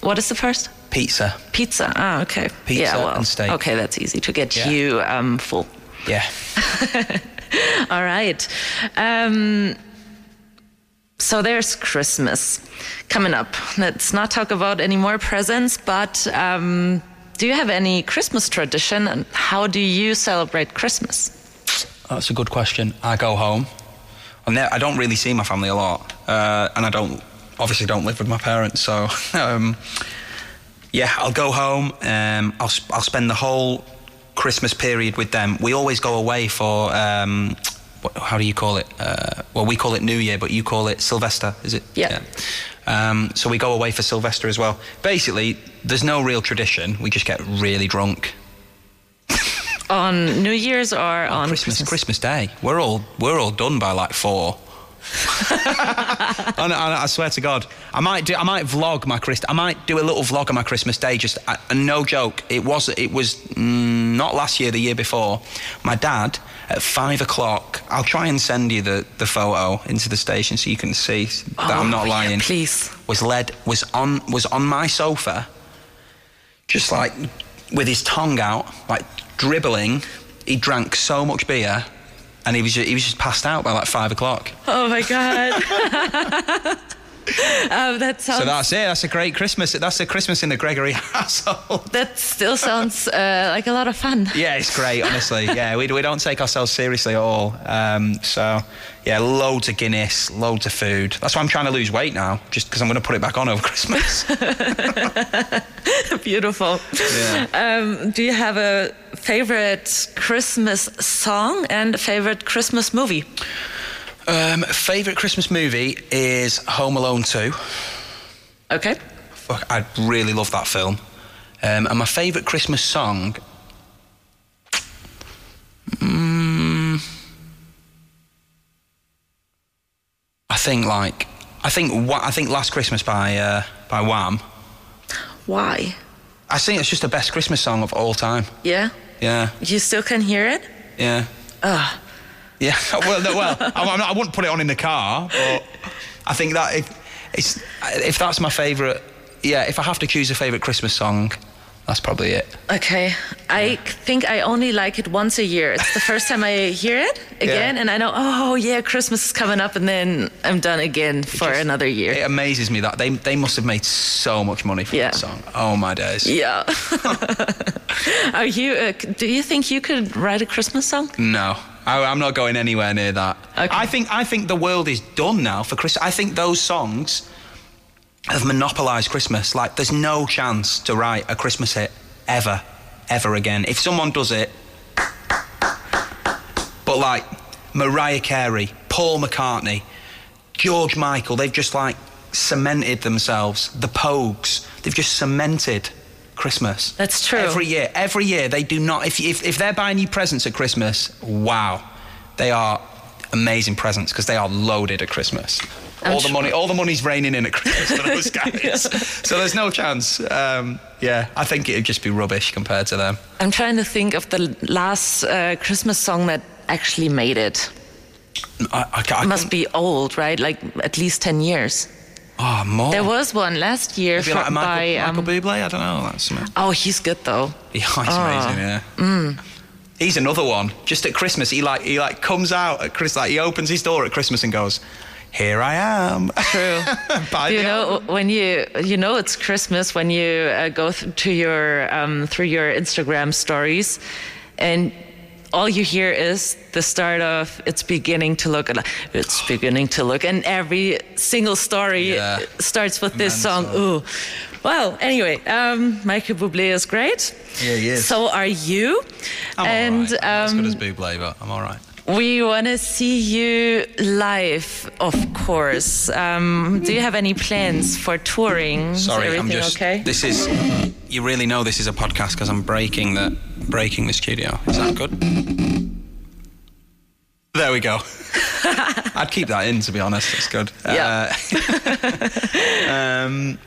[SPEAKER 1] What is the first?
[SPEAKER 4] Pizza.
[SPEAKER 1] Pizza. Ah, okay.
[SPEAKER 4] Pizza
[SPEAKER 1] yeah, well,
[SPEAKER 4] and steak.
[SPEAKER 1] Okay, that's easy to get
[SPEAKER 4] Yeah.
[SPEAKER 1] you um, full.
[SPEAKER 4] Yeah.
[SPEAKER 1] All right. Um, so there's Christmas coming up. Let's not talk about any more presents, but um, do you have any Christmas tradition and how do you celebrate Christmas?
[SPEAKER 4] That's a good question. I go home. I, ne- I don't really see my family a lot, uh, and I don't obviously don't live with my parents. So, um, yeah, I'll go home. Um, I'll sp- I'll spend the whole Christmas period with them. We always go away for um, what, how do you call it? Uh, well, we call it New Year, but you call it Sylvester, is it?
[SPEAKER 1] Yeah.
[SPEAKER 4] Um, so we go away for Sylvester as well. Basically, there's no real tradition. We just get really drunk
[SPEAKER 1] On New Year's or on
[SPEAKER 4] Christmas, Christmas Day. We're all we're all done by like four. I, I, I swear to God, I might do. I might vlog my Christ. I might do a little vlog of my Christmas day. Just I, and no joke. It was. It was mm, not last year. The year before, my dad at five o'clock. I'll try and send you the the photo into the station so you can see that I'm
[SPEAKER 1] Oh,
[SPEAKER 4] not
[SPEAKER 1] yeah,
[SPEAKER 4] lying.
[SPEAKER 1] please.
[SPEAKER 4] Was led. Was on. Was on my sofa. Just like with his tongue out, like dribbling. He drank so much beer, and he was ju- he was just passed out by like five o'clock.
[SPEAKER 1] Oh my god. um, that sounds.
[SPEAKER 4] So that's it. That's a great Christmas. That's a Christmas in the Gregory household.
[SPEAKER 1] that still sounds uh, like a lot of fun.
[SPEAKER 4] yeah, it's great. Honestly, yeah, we, we don't take ourselves seriously at all. Um, so yeah, loads of Guinness, loads of food. That's why I'm trying to lose weight now, just because I'm going to put it back on over Christmas.
[SPEAKER 1] Beautiful.
[SPEAKER 4] Yeah.
[SPEAKER 1] Um, do you have a favorite Christmas song and a favorite Christmas movie?
[SPEAKER 4] um, favorite Christmas movie is Home Alone Two.
[SPEAKER 1] Okay.
[SPEAKER 4] Fuck, I really love that film. Um, and my favorite Christmas song. Mm, I think like I think Wha- I think Last Christmas by uh, by Wham.
[SPEAKER 1] Why?
[SPEAKER 4] I think it's just the best Christmas song of all time.
[SPEAKER 1] Yeah.
[SPEAKER 4] Yeah,
[SPEAKER 1] You still can hear it?
[SPEAKER 4] yeah,
[SPEAKER 1] Ah.
[SPEAKER 4] yeah. well, no, well, I, I'm not- I wouldn't put it on in the car, but I think that if it's if that's my favorite, yeah. If I have to choose a favorite Christmas song, that's probably it.
[SPEAKER 1] Okay. I think I only like it once a year. It's the first time I hear it again,
[SPEAKER 4] Yeah.
[SPEAKER 1] and I know, oh yeah, Christmas is coming up, and then I'm done again for
[SPEAKER 4] just-
[SPEAKER 1] another year.
[SPEAKER 4] It amazes me that they they must have made so much money from
[SPEAKER 1] Yeah.
[SPEAKER 4] that song. Oh my days.
[SPEAKER 1] Yeah. Are you? Uh, c- do you think you could write a Christmas song?
[SPEAKER 4] No. I, I'm not going anywhere near that.
[SPEAKER 1] Okay.
[SPEAKER 4] I think I think the world is done now for Christmas. I think those songs have monopolised Christmas. Like, there's no chance to write a Christmas hit ever, ever again. If someone does it, but like Mariah Carey, Paul McCartney, George Michael, they've just like cemented themselves. The Pogues, they've just cemented Christmas.
[SPEAKER 1] That's true.
[SPEAKER 4] Every year, every year they do not. If if, if they're buying you presents at Christmas, wow, they are amazing presents because they are loaded at Christmas. all the money, all the money's raining in at Christmas for those guys. So there's no chance. Um, yeah, I think it'd just be rubbish compared to them.
[SPEAKER 1] I'm trying to think of the l- last uh, Christmas song that actually made it.
[SPEAKER 4] I, I, ca- I
[SPEAKER 1] It must be old, right? Like at least 10 years.
[SPEAKER 4] Oh, more.
[SPEAKER 1] There was one last year
[SPEAKER 4] Maybe
[SPEAKER 1] fro-
[SPEAKER 4] like a Michael,
[SPEAKER 1] by.
[SPEAKER 4] Michael
[SPEAKER 1] um,
[SPEAKER 4] Bublé. I don't know. That's yeah,
[SPEAKER 1] oh, he's good though.
[SPEAKER 4] it's
[SPEAKER 1] Ah.
[SPEAKER 4] amazing. Yeah. He's another one. Just at Christmas, he like he like comes out at Christmas. Like he opens his door at Christmas and goes, "Here I am."
[SPEAKER 1] True.
[SPEAKER 4] Buy
[SPEAKER 1] you
[SPEAKER 4] the
[SPEAKER 1] know when you you know it's Christmas when you uh, go th- to your um, through your Instagram stories, and all you hear is the start of it's beginning to look. al- It's beginning to look, and every single story
[SPEAKER 4] Yeah.
[SPEAKER 1] starts with this
[SPEAKER 4] Man
[SPEAKER 1] song.
[SPEAKER 4] song.
[SPEAKER 1] Ooh. Well, anyway, um, Michael Bublé is great.
[SPEAKER 4] Yeah, he is.
[SPEAKER 1] So are you,
[SPEAKER 4] I'm
[SPEAKER 1] and
[SPEAKER 4] all right. I'm
[SPEAKER 1] um,
[SPEAKER 4] not as good as Bublé, but I'm all right.
[SPEAKER 1] we want to see you live, of course. Um, do you have any plans for touring?
[SPEAKER 4] Sorry,
[SPEAKER 1] Is
[SPEAKER 4] I'm
[SPEAKER 1] everything
[SPEAKER 4] just.
[SPEAKER 1] okay?
[SPEAKER 4] This is. You really know this is a podcast because I'm breaking the breaking the studio. Is that good? There we go. I'd keep that in to be honest. It's good.
[SPEAKER 1] Yeah.
[SPEAKER 4] Uh, um,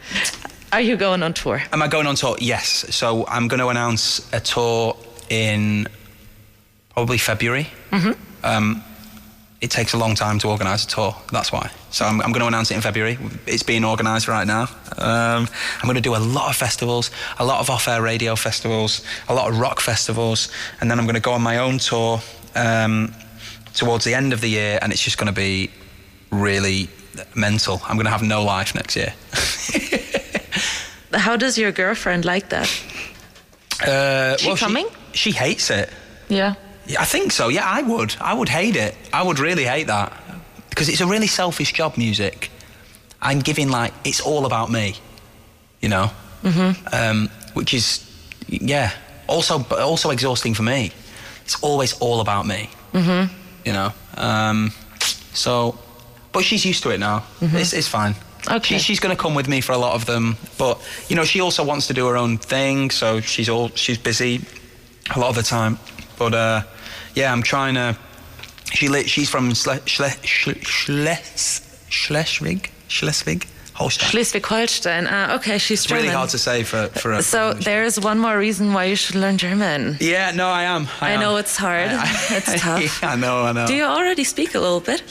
[SPEAKER 1] Are you going on tour?
[SPEAKER 4] am I going on tour? Yes. So I'm going to announce a tour in probably February. Um, it takes a long time to organise a tour. That's why. So I'm, I'm going to announce it in February. It's being organised right now. Um, I'm going to do a lot of festivals, a lot of off-air radio festivals, a lot of rock festivals, and then I'm going to go on my own tour um, towards the end of the year, and it's just going to be really mental. I'm going to have no life next year.
[SPEAKER 1] How does your girlfriend like that?
[SPEAKER 4] Uh,
[SPEAKER 1] She coming?
[SPEAKER 4] She, hates it.
[SPEAKER 1] Yeah.
[SPEAKER 4] Yeah, I think so. Yeah, I would. I would hate it. I would really hate that because it's a really selfish job. Music. I'm giving like it's all about me, you know. Mm-hmm. Um, which is yeah. Also, but also exhausting for me. It's always all about me. Mm-hmm. You know. Um, so, but she's used to it now. It's, it's fine.
[SPEAKER 1] Okay.
[SPEAKER 4] She, she's going to come with me for a lot of them, but you know she also wants to do her own thing, so she's all she's busy a lot of the time. But uh, yeah, I'm trying to She li- she's from Schle- Schle- Schle- Schles- Schleswig, Schleswig, Holstein.
[SPEAKER 1] Schleswig-Holstein. Ah, okay, she's
[SPEAKER 4] it's
[SPEAKER 1] German.
[SPEAKER 4] really hard to say for for a.
[SPEAKER 1] so there's one more reason why you should learn German.
[SPEAKER 4] yeah, no, I am. I,
[SPEAKER 1] I
[SPEAKER 4] am.
[SPEAKER 1] know it's hard. It's tough.
[SPEAKER 4] I know, I know.
[SPEAKER 1] Do you already speak a little bit?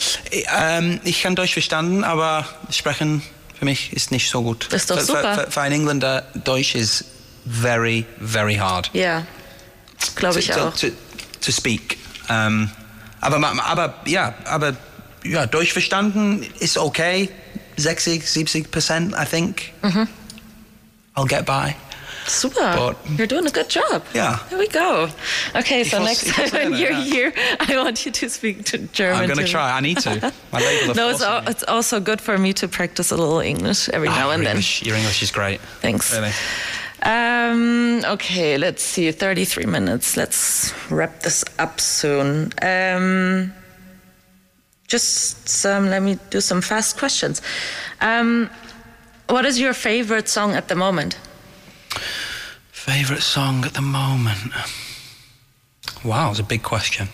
[SPEAKER 4] Ähm, ich kann Deutsch verstanden, aber sprechen für mich ist nicht so gut.
[SPEAKER 1] Ist doch
[SPEAKER 4] für,
[SPEAKER 1] super.
[SPEAKER 4] Für, für, für einen Engländer Deutsch ist very, very hard.
[SPEAKER 1] Ja, glaube
[SPEAKER 4] to,
[SPEAKER 1] ich
[SPEAKER 4] to,
[SPEAKER 1] auch.
[SPEAKER 4] to, to speak. Ähm, aber, ma- aber ja, aber ja, Deutsch verstanden ist okay. 60, 70 Prozent, I think.
[SPEAKER 1] Mhm.
[SPEAKER 4] I'll get by.
[SPEAKER 1] Super.
[SPEAKER 4] But-
[SPEAKER 1] You're doing a good job.
[SPEAKER 4] Yeah.
[SPEAKER 1] Here we go. Okay, so
[SPEAKER 4] was-
[SPEAKER 1] next
[SPEAKER 4] it was
[SPEAKER 1] time when
[SPEAKER 4] better,
[SPEAKER 1] you're
[SPEAKER 4] yeah.
[SPEAKER 1] here, I want you to speak to German.
[SPEAKER 4] I'm going to
[SPEAKER 1] to
[SPEAKER 4] try. I need to. My label
[SPEAKER 1] No, it's, al- it's also good for me to practice a little English every now and then.
[SPEAKER 4] Ah, English, your English is great.
[SPEAKER 1] Thanks.
[SPEAKER 4] Really.
[SPEAKER 1] Um, okay, let's see. 33 minutes. Let's wrap this up soon. Um, just some, let me do some fast questions. Um, what is your favorite song at the moment?
[SPEAKER 4] Favorite song at the moment? Wow, it's a big question.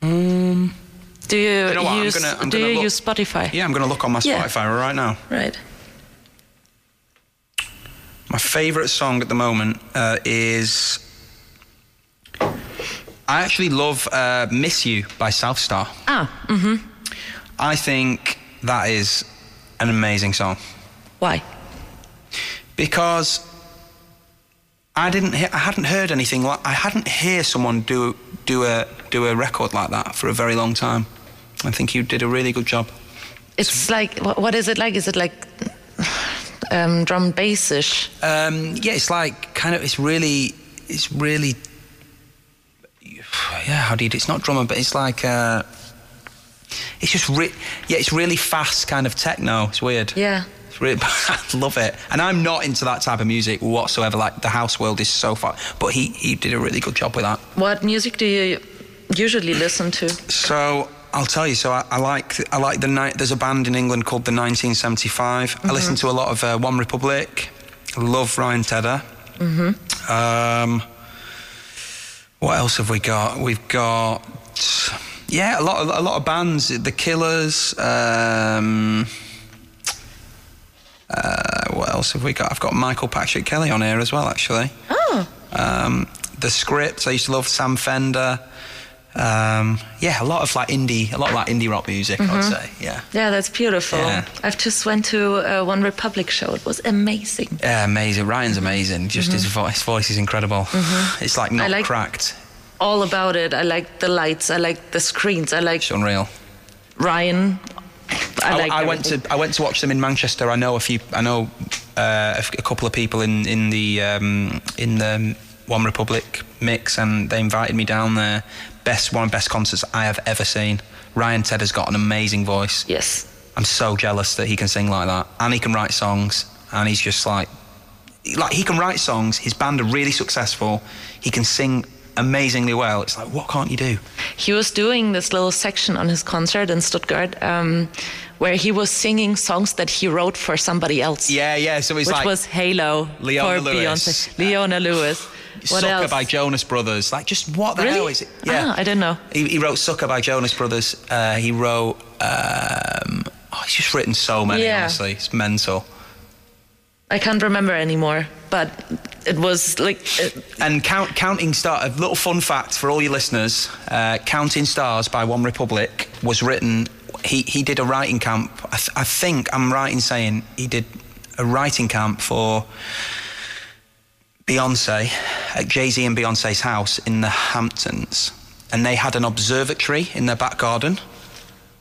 [SPEAKER 1] Do you,
[SPEAKER 4] You know what, I'm
[SPEAKER 1] use,
[SPEAKER 4] gonna- I'm
[SPEAKER 1] do
[SPEAKER 4] gonna
[SPEAKER 1] you
[SPEAKER 4] look-
[SPEAKER 1] use Spotify?
[SPEAKER 4] Yeah, I'm going to look on my
[SPEAKER 1] Yeah.
[SPEAKER 4] Spotify right now.
[SPEAKER 1] Right.
[SPEAKER 4] My favourite song at the moment uh, is. I actually love uh, Miss You by South Star.
[SPEAKER 1] Ah, mm,
[SPEAKER 4] I think that is an amazing song
[SPEAKER 1] why?
[SPEAKER 4] because I didn't he- I hadn't heard anything like I hadn't hear someone do do a do a record like that for a very long time. I think you did a really good job.
[SPEAKER 1] It's like, what, what is it like? Is it like um, drum bassish?
[SPEAKER 4] Um, yeah, it's like kind of it's really it's really yeah. How do you? do- It's not drummer, but it's like uh, it's just re- yeah. It's really fast kind of techno. It's weird.
[SPEAKER 1] Yeah.
[SPEAKER 4] It's really, I love it, and I'm not into that type of music whatsoever. Like the house world is so far, but he he did a really good job with that.
[SPEAKER 1] What music do you usually listen to?
[SPEAKER 4] So I'll tell you. So I, I like I like the night. There's a band in England called the 1975. I listen to a lot of uh, One Republic. Love Ryan Tedder. Mm-hmm. Um, what else have we got? We've got yeah, a lot of, a lot of bands. The Killers. Um, uh, what else have we got? I've got Michael Patrick Kelly on here as well, actually.
[SPEAKER 1] Oh.
[SPEAKER 4] Um, the script. I used to love Sam Fender. Um, yeah, a lot of like indie, a lot of like indie rock music. I'd
[SPEAKER 1] Mm-hmm.
[SPEAKER 4] say. Yeah.
[SPEAKER 1] Yeah, that's beautiful.
[SPEAKER 4] Yeah.
[SPEAKER 1] I've just went to uh, One Republic show. It was amazing.
[SPEAKER 4] Yeah, amazing. Ryan's amazing. Just his, voice, his voice is incredible. It's like not
[SPEAKER 1] Mm-hmm. like-
[SPEAKER 4] cracked.
[SPEAKER 1] All about it. I like the lights. I like the screens. I like
[SPEAKER 4] It's unreal.
[SPEAKER 1] Ryan. I,
[SPEAKER 4] I,
[SPEAKER 1] like.
[SPEAKER 4] I went to
[SPEAKER 1] everything.
[SPEAKER 4] I went to watch them in Manchester. I know a few. I know uh, a, f- a couple of people in in the um, in the One Republic mix, and they invited me down there. Best one of the best concerts I have ever seen. Ryan Ted has got an amazing voice.
[SPEAKER 1] Yes.
[SPEAKER 4] I'm so jealous that he can sing like that, and he can write songs, and he's just like, like he can write songs. His band are really successful. He can sing amazingly well. It's like, what can't you do?
[SPEAKER 1] He was doing this little section on his concert in Stuttgart um, where he was singing songs that he wrote for somebody else.
[SPEAKER 4] Yeah, yeah. So he's
[SPEAKER 1] Which
[SPEAKER 4] like,
[SPEAKER 1] was Halo
[SPEAKER 4] Leona
[SPEAKER 1] for
[SPEAKER 4] Lewis.
[SPEAKER 1] Beyonce. Leona Lewis. What
[SPEAKER 4] Sucker
[SPEAKER 1] else?
[SPEAKER 4] by Jonas Brothers. Like, just what the
[SPEAKER 1] Really?
[SPEAKER 4] hell is it?
[SPEAKER 1] Ah, I didn't know.
[SPEAKER 4] He, he wrote Sucker by Jonas Brothers. Uh, he wrote. Um, oh, he's just written so many.
[SPEAKER 1] Yeah.
[SPEAKER 4] Honestly, it's mental.
[SPEAKER 1] I can't remember anymore, but it was like uh,
[SPEAKER 4] And count, counting star. A little fun fact for all your listeners: uh, "Counting Stars" by One Republic was written. He he did a writing camp. I, th- I think I'm right in saying he did a writing camp for Beyonce at Jay Z and Beyonce's house in the Hamptons, and they had an observatory in their back garden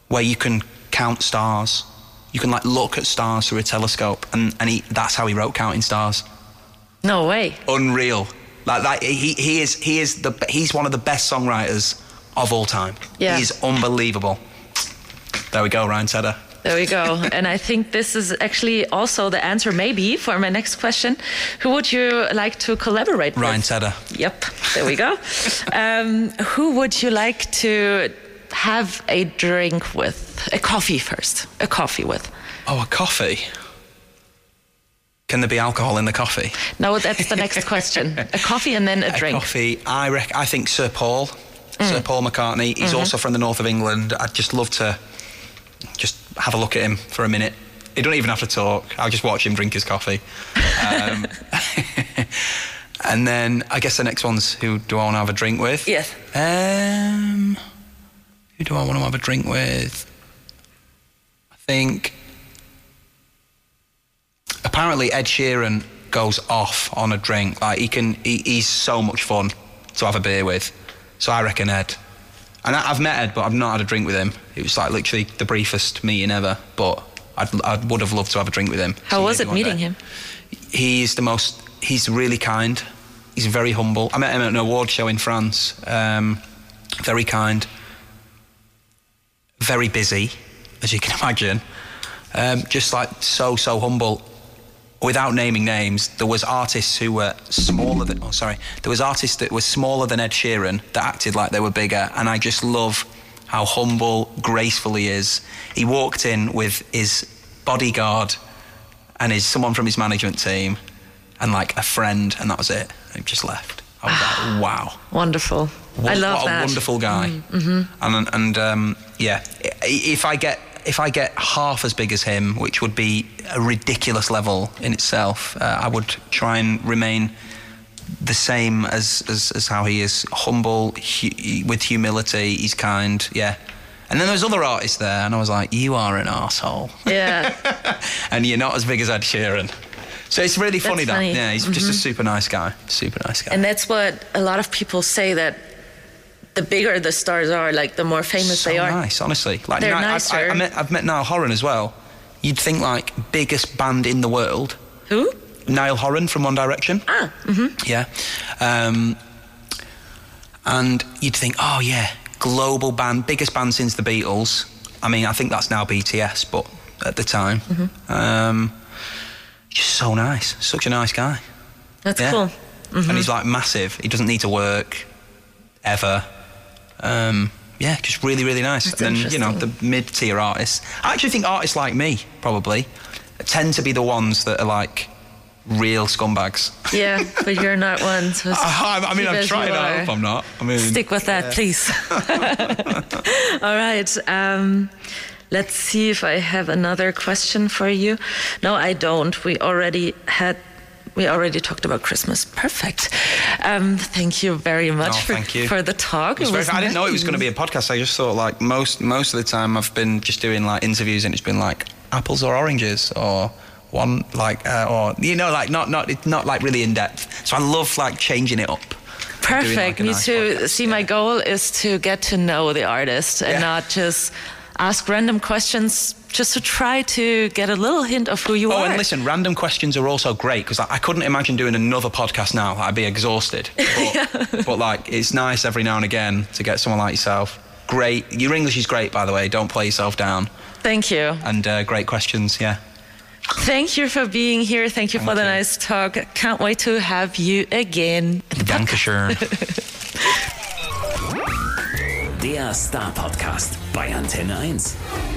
[SPEAKER 4] where you can count stars. You can like look at stars through a telescope, and and he, that's how he wrote "Counting Stars."
[SPEAKER 1] no way.
[SPEAKER 4] unreal. Like, like he, he is he is the he's one of the best songwriters of all time.
[SPEAKER 1] Yeah.
[SPEAKER 4] He's unbelievable. There we go, Ryan Tedder.
[SPEAKER 1] There we go. and I think this is actually also the answer, maybe, for my next question. Who would you like to collaborate
[SPEAKER 4] Ryan
[SPEAKER 1] with?
[SPEAKER 4] Tedder.
[SPEAKER 1] Yep. There we go. um, who would you like to have a drink with? A coffee first. A coffee with.
[SPEAKER 4] Oh, a coffee. Can there be alcohol in the coffee?
[SPEAKER 1] No, that's the next question. A coffee and then a drink. Mm.
[SPEAKER 4] A coffee. I rec- I think Sir Paul. Sir Paul McCartney.
[SPEAKER 1] Mm-hmm.
[SPEAKER 4] He's also from the north of England. I'd just love to just have a look at him for a minute. He don't even have to talk. I'll just watch him drink his coffee. Um, and then I guess the next one's who do I want to have a drink with?
[SPEAKER 1] Yes.
[SPEAKER 4] Um, who do I want to have a drink with? I think apparently Ed Sheeran goes off on a drink. Like he can, he, he's so much fun to have a beer with. So I reckon Ed. And I, I've met Ed, but I've not had a drink with him. It was like literally the briefest meeting ever. But I'd, I would have loved to have a drink with him.
[SPEAKER 1] How
[SPEAKER 4] So
[SPEAKER 1] was
[SPEAKER 4] maybe
[SPEAKER 1] it
[SPEAKER 4] one
[SPEAKER 1] meeting
[SPEAKER 4] day.
[SPEAKER 1] him?
[SPEAKER 4] He's the most. He's really kind. He's very humble. I met him at an award show in France. Um, very kind. Very busy, as you can imagine. Um, just like so, so humble. Without naming names, there was artists who were smaller than. Oh, sorry. There was artists that were smaller than Ed Sheeran that acted like they were bigger, and I just love how humble, graceful he is. He walked in with his bodyguard and is someone from his management team and like a friend, and that was it. And he just left. I was like, wow.
[SPEAKER 1] Wonderful. Ah. I
[SPEAKER 4] What-
[SPEAKER 1] love that. Mm,
[SPEAKER 4] what
[SPEAKER 1] mm-hmm.
[SPEAKER 4] a wonderful guy. And and um, yeah, I- if I get if I get half as big as him, which would be a ridiculous level in itself, uh, I would try and remain the same as as, as how he is humble hu- with humility. He's kind, yeah. And then there's other artists there, and I was like, you are an asshole
[SPEAKER 1] Yeah.
[SPEAKER 4] and you're not as big as Ed Sheeran. So it's really funny that.
[SPEAKER 1] funny. Mm-hmm.
[SPEAKER 4] Yeah, he's just a super nice guy. Super nice guy.
[SPEAKER 1] And that's what a lot of people say that the bigger the stars are, like the more famous
[SPEAKER 4] so
[SPEAKER 1] they are.
[SPEAKER 4] nice, honestly. Like
[SPEAKER 1] They're
[SPEAKER 4] Ni- I, I,
[SPEAKER 1] nicer.
[SPEAKER 4] I met, I've met Niall Horan as well. You'd think like biggest band in the world.
[SPEAKER 1] Who?
[SPEAKER 4] Niall Horan from One Direction.
[SPEAKER 1] Ah, mm-hmm.
[SPEAKER 4] Yeah. Um, and you'd think, oh yeah, global band, biggest band since the Beatles. I mean, I think that's now BTS, but at the time,
[SPEAKER 1] Mm-hmm.
[SPEAKER 4] um, just so nice, such a nice guy.
[SPEAKER 1] That's
[SPEAKER 4] Yeah.
[SPEAKER 1] cool.
[SPEAKER 4] And he's like massive. He doesn't need to work ever. Um, yeah, just really, really nice.
[SPEAKER 1] That's
[SPEAKER 4] and then, you know, the mid tier artists. I actually think artists like me, probably, tend to be the ones that are like real scumbags.
[SPEAKER 1] Yeah, but you're not one. So
[SPEAKER 4] I, I mean,
[SPEAKER 1] keep
[SPEAKER 4] I'm
[SPEAKER 1] as
[SPEAKER 4] trying.
[SPEAKER 1] you
[SPEAKER 4] I
[SPEAKER 1] are.
[SPEAKER 4] hope I'm not. I mean,
[SPEAKER 1] Stick with that, please. All right. Um, let's see if I have another question for you. No, I don't. We already had. We already talked about Christmas. Perfect. Um, thank you very much
[SPEAKER 4] Oh,
[SPEAKER 1] for,
[SPEAKER 4] thank you.
[SPEAKER 1] for the talk.
[SPEAKER 4] It was
[SPEAKER 1] It
[SPEAKER 4] very-
[SPEAKER 1] was
[SPEAKER 4] I didn't know it was
[SPEAKER 1] nice.
[SPEAKER 4] going to be a podcast. I just thought like most most of the time I've been just doing like interviews and it's been like apples or oranges or one like uh, or you know like not not it's not like really in depth. So I love like changing it up. and doing, like,
[SPEAKER 1] Perfect.
[SPEAKER 4] a
[SPEAKER 1] Me
[SPEAKER 4] nice
[SPEAKER 1] too.
[SPEAKER 4] podcast.
[SPEAKER 1] See, my goal is to get to know the artist and
[SPEAKER 4] Yeah.
[SPEAKER 1] not just ask random questions, just to try to get a little hint of who you
[SPEAKER 4] Oh,
[SPEAKER 1] are.
[SPEAKER 4] and listen, random questions are also great because I couldn't imagine doing another podcast now. I'd be exhausted. But, but like, it's nice every now and again to get someone like yourself. Great. Your English is great, by the way. Don't play yourself down.
[SPEAKER 1] Thank you.
[SPEAKER 4] And uh, great questions. Yeah.
[SPEAKER 1] Thank you for being here. Thank you for
[SPEAKER 4] Thank
[SPEAKER 1] the
[SPEAKER 4] you.
[SPEAKER 1] nice talk. Can't wait to have you again.
[SPEAKER 4] Dankeschön.
[SPEAKER 6] Der Star Podcast bei Antenne 1.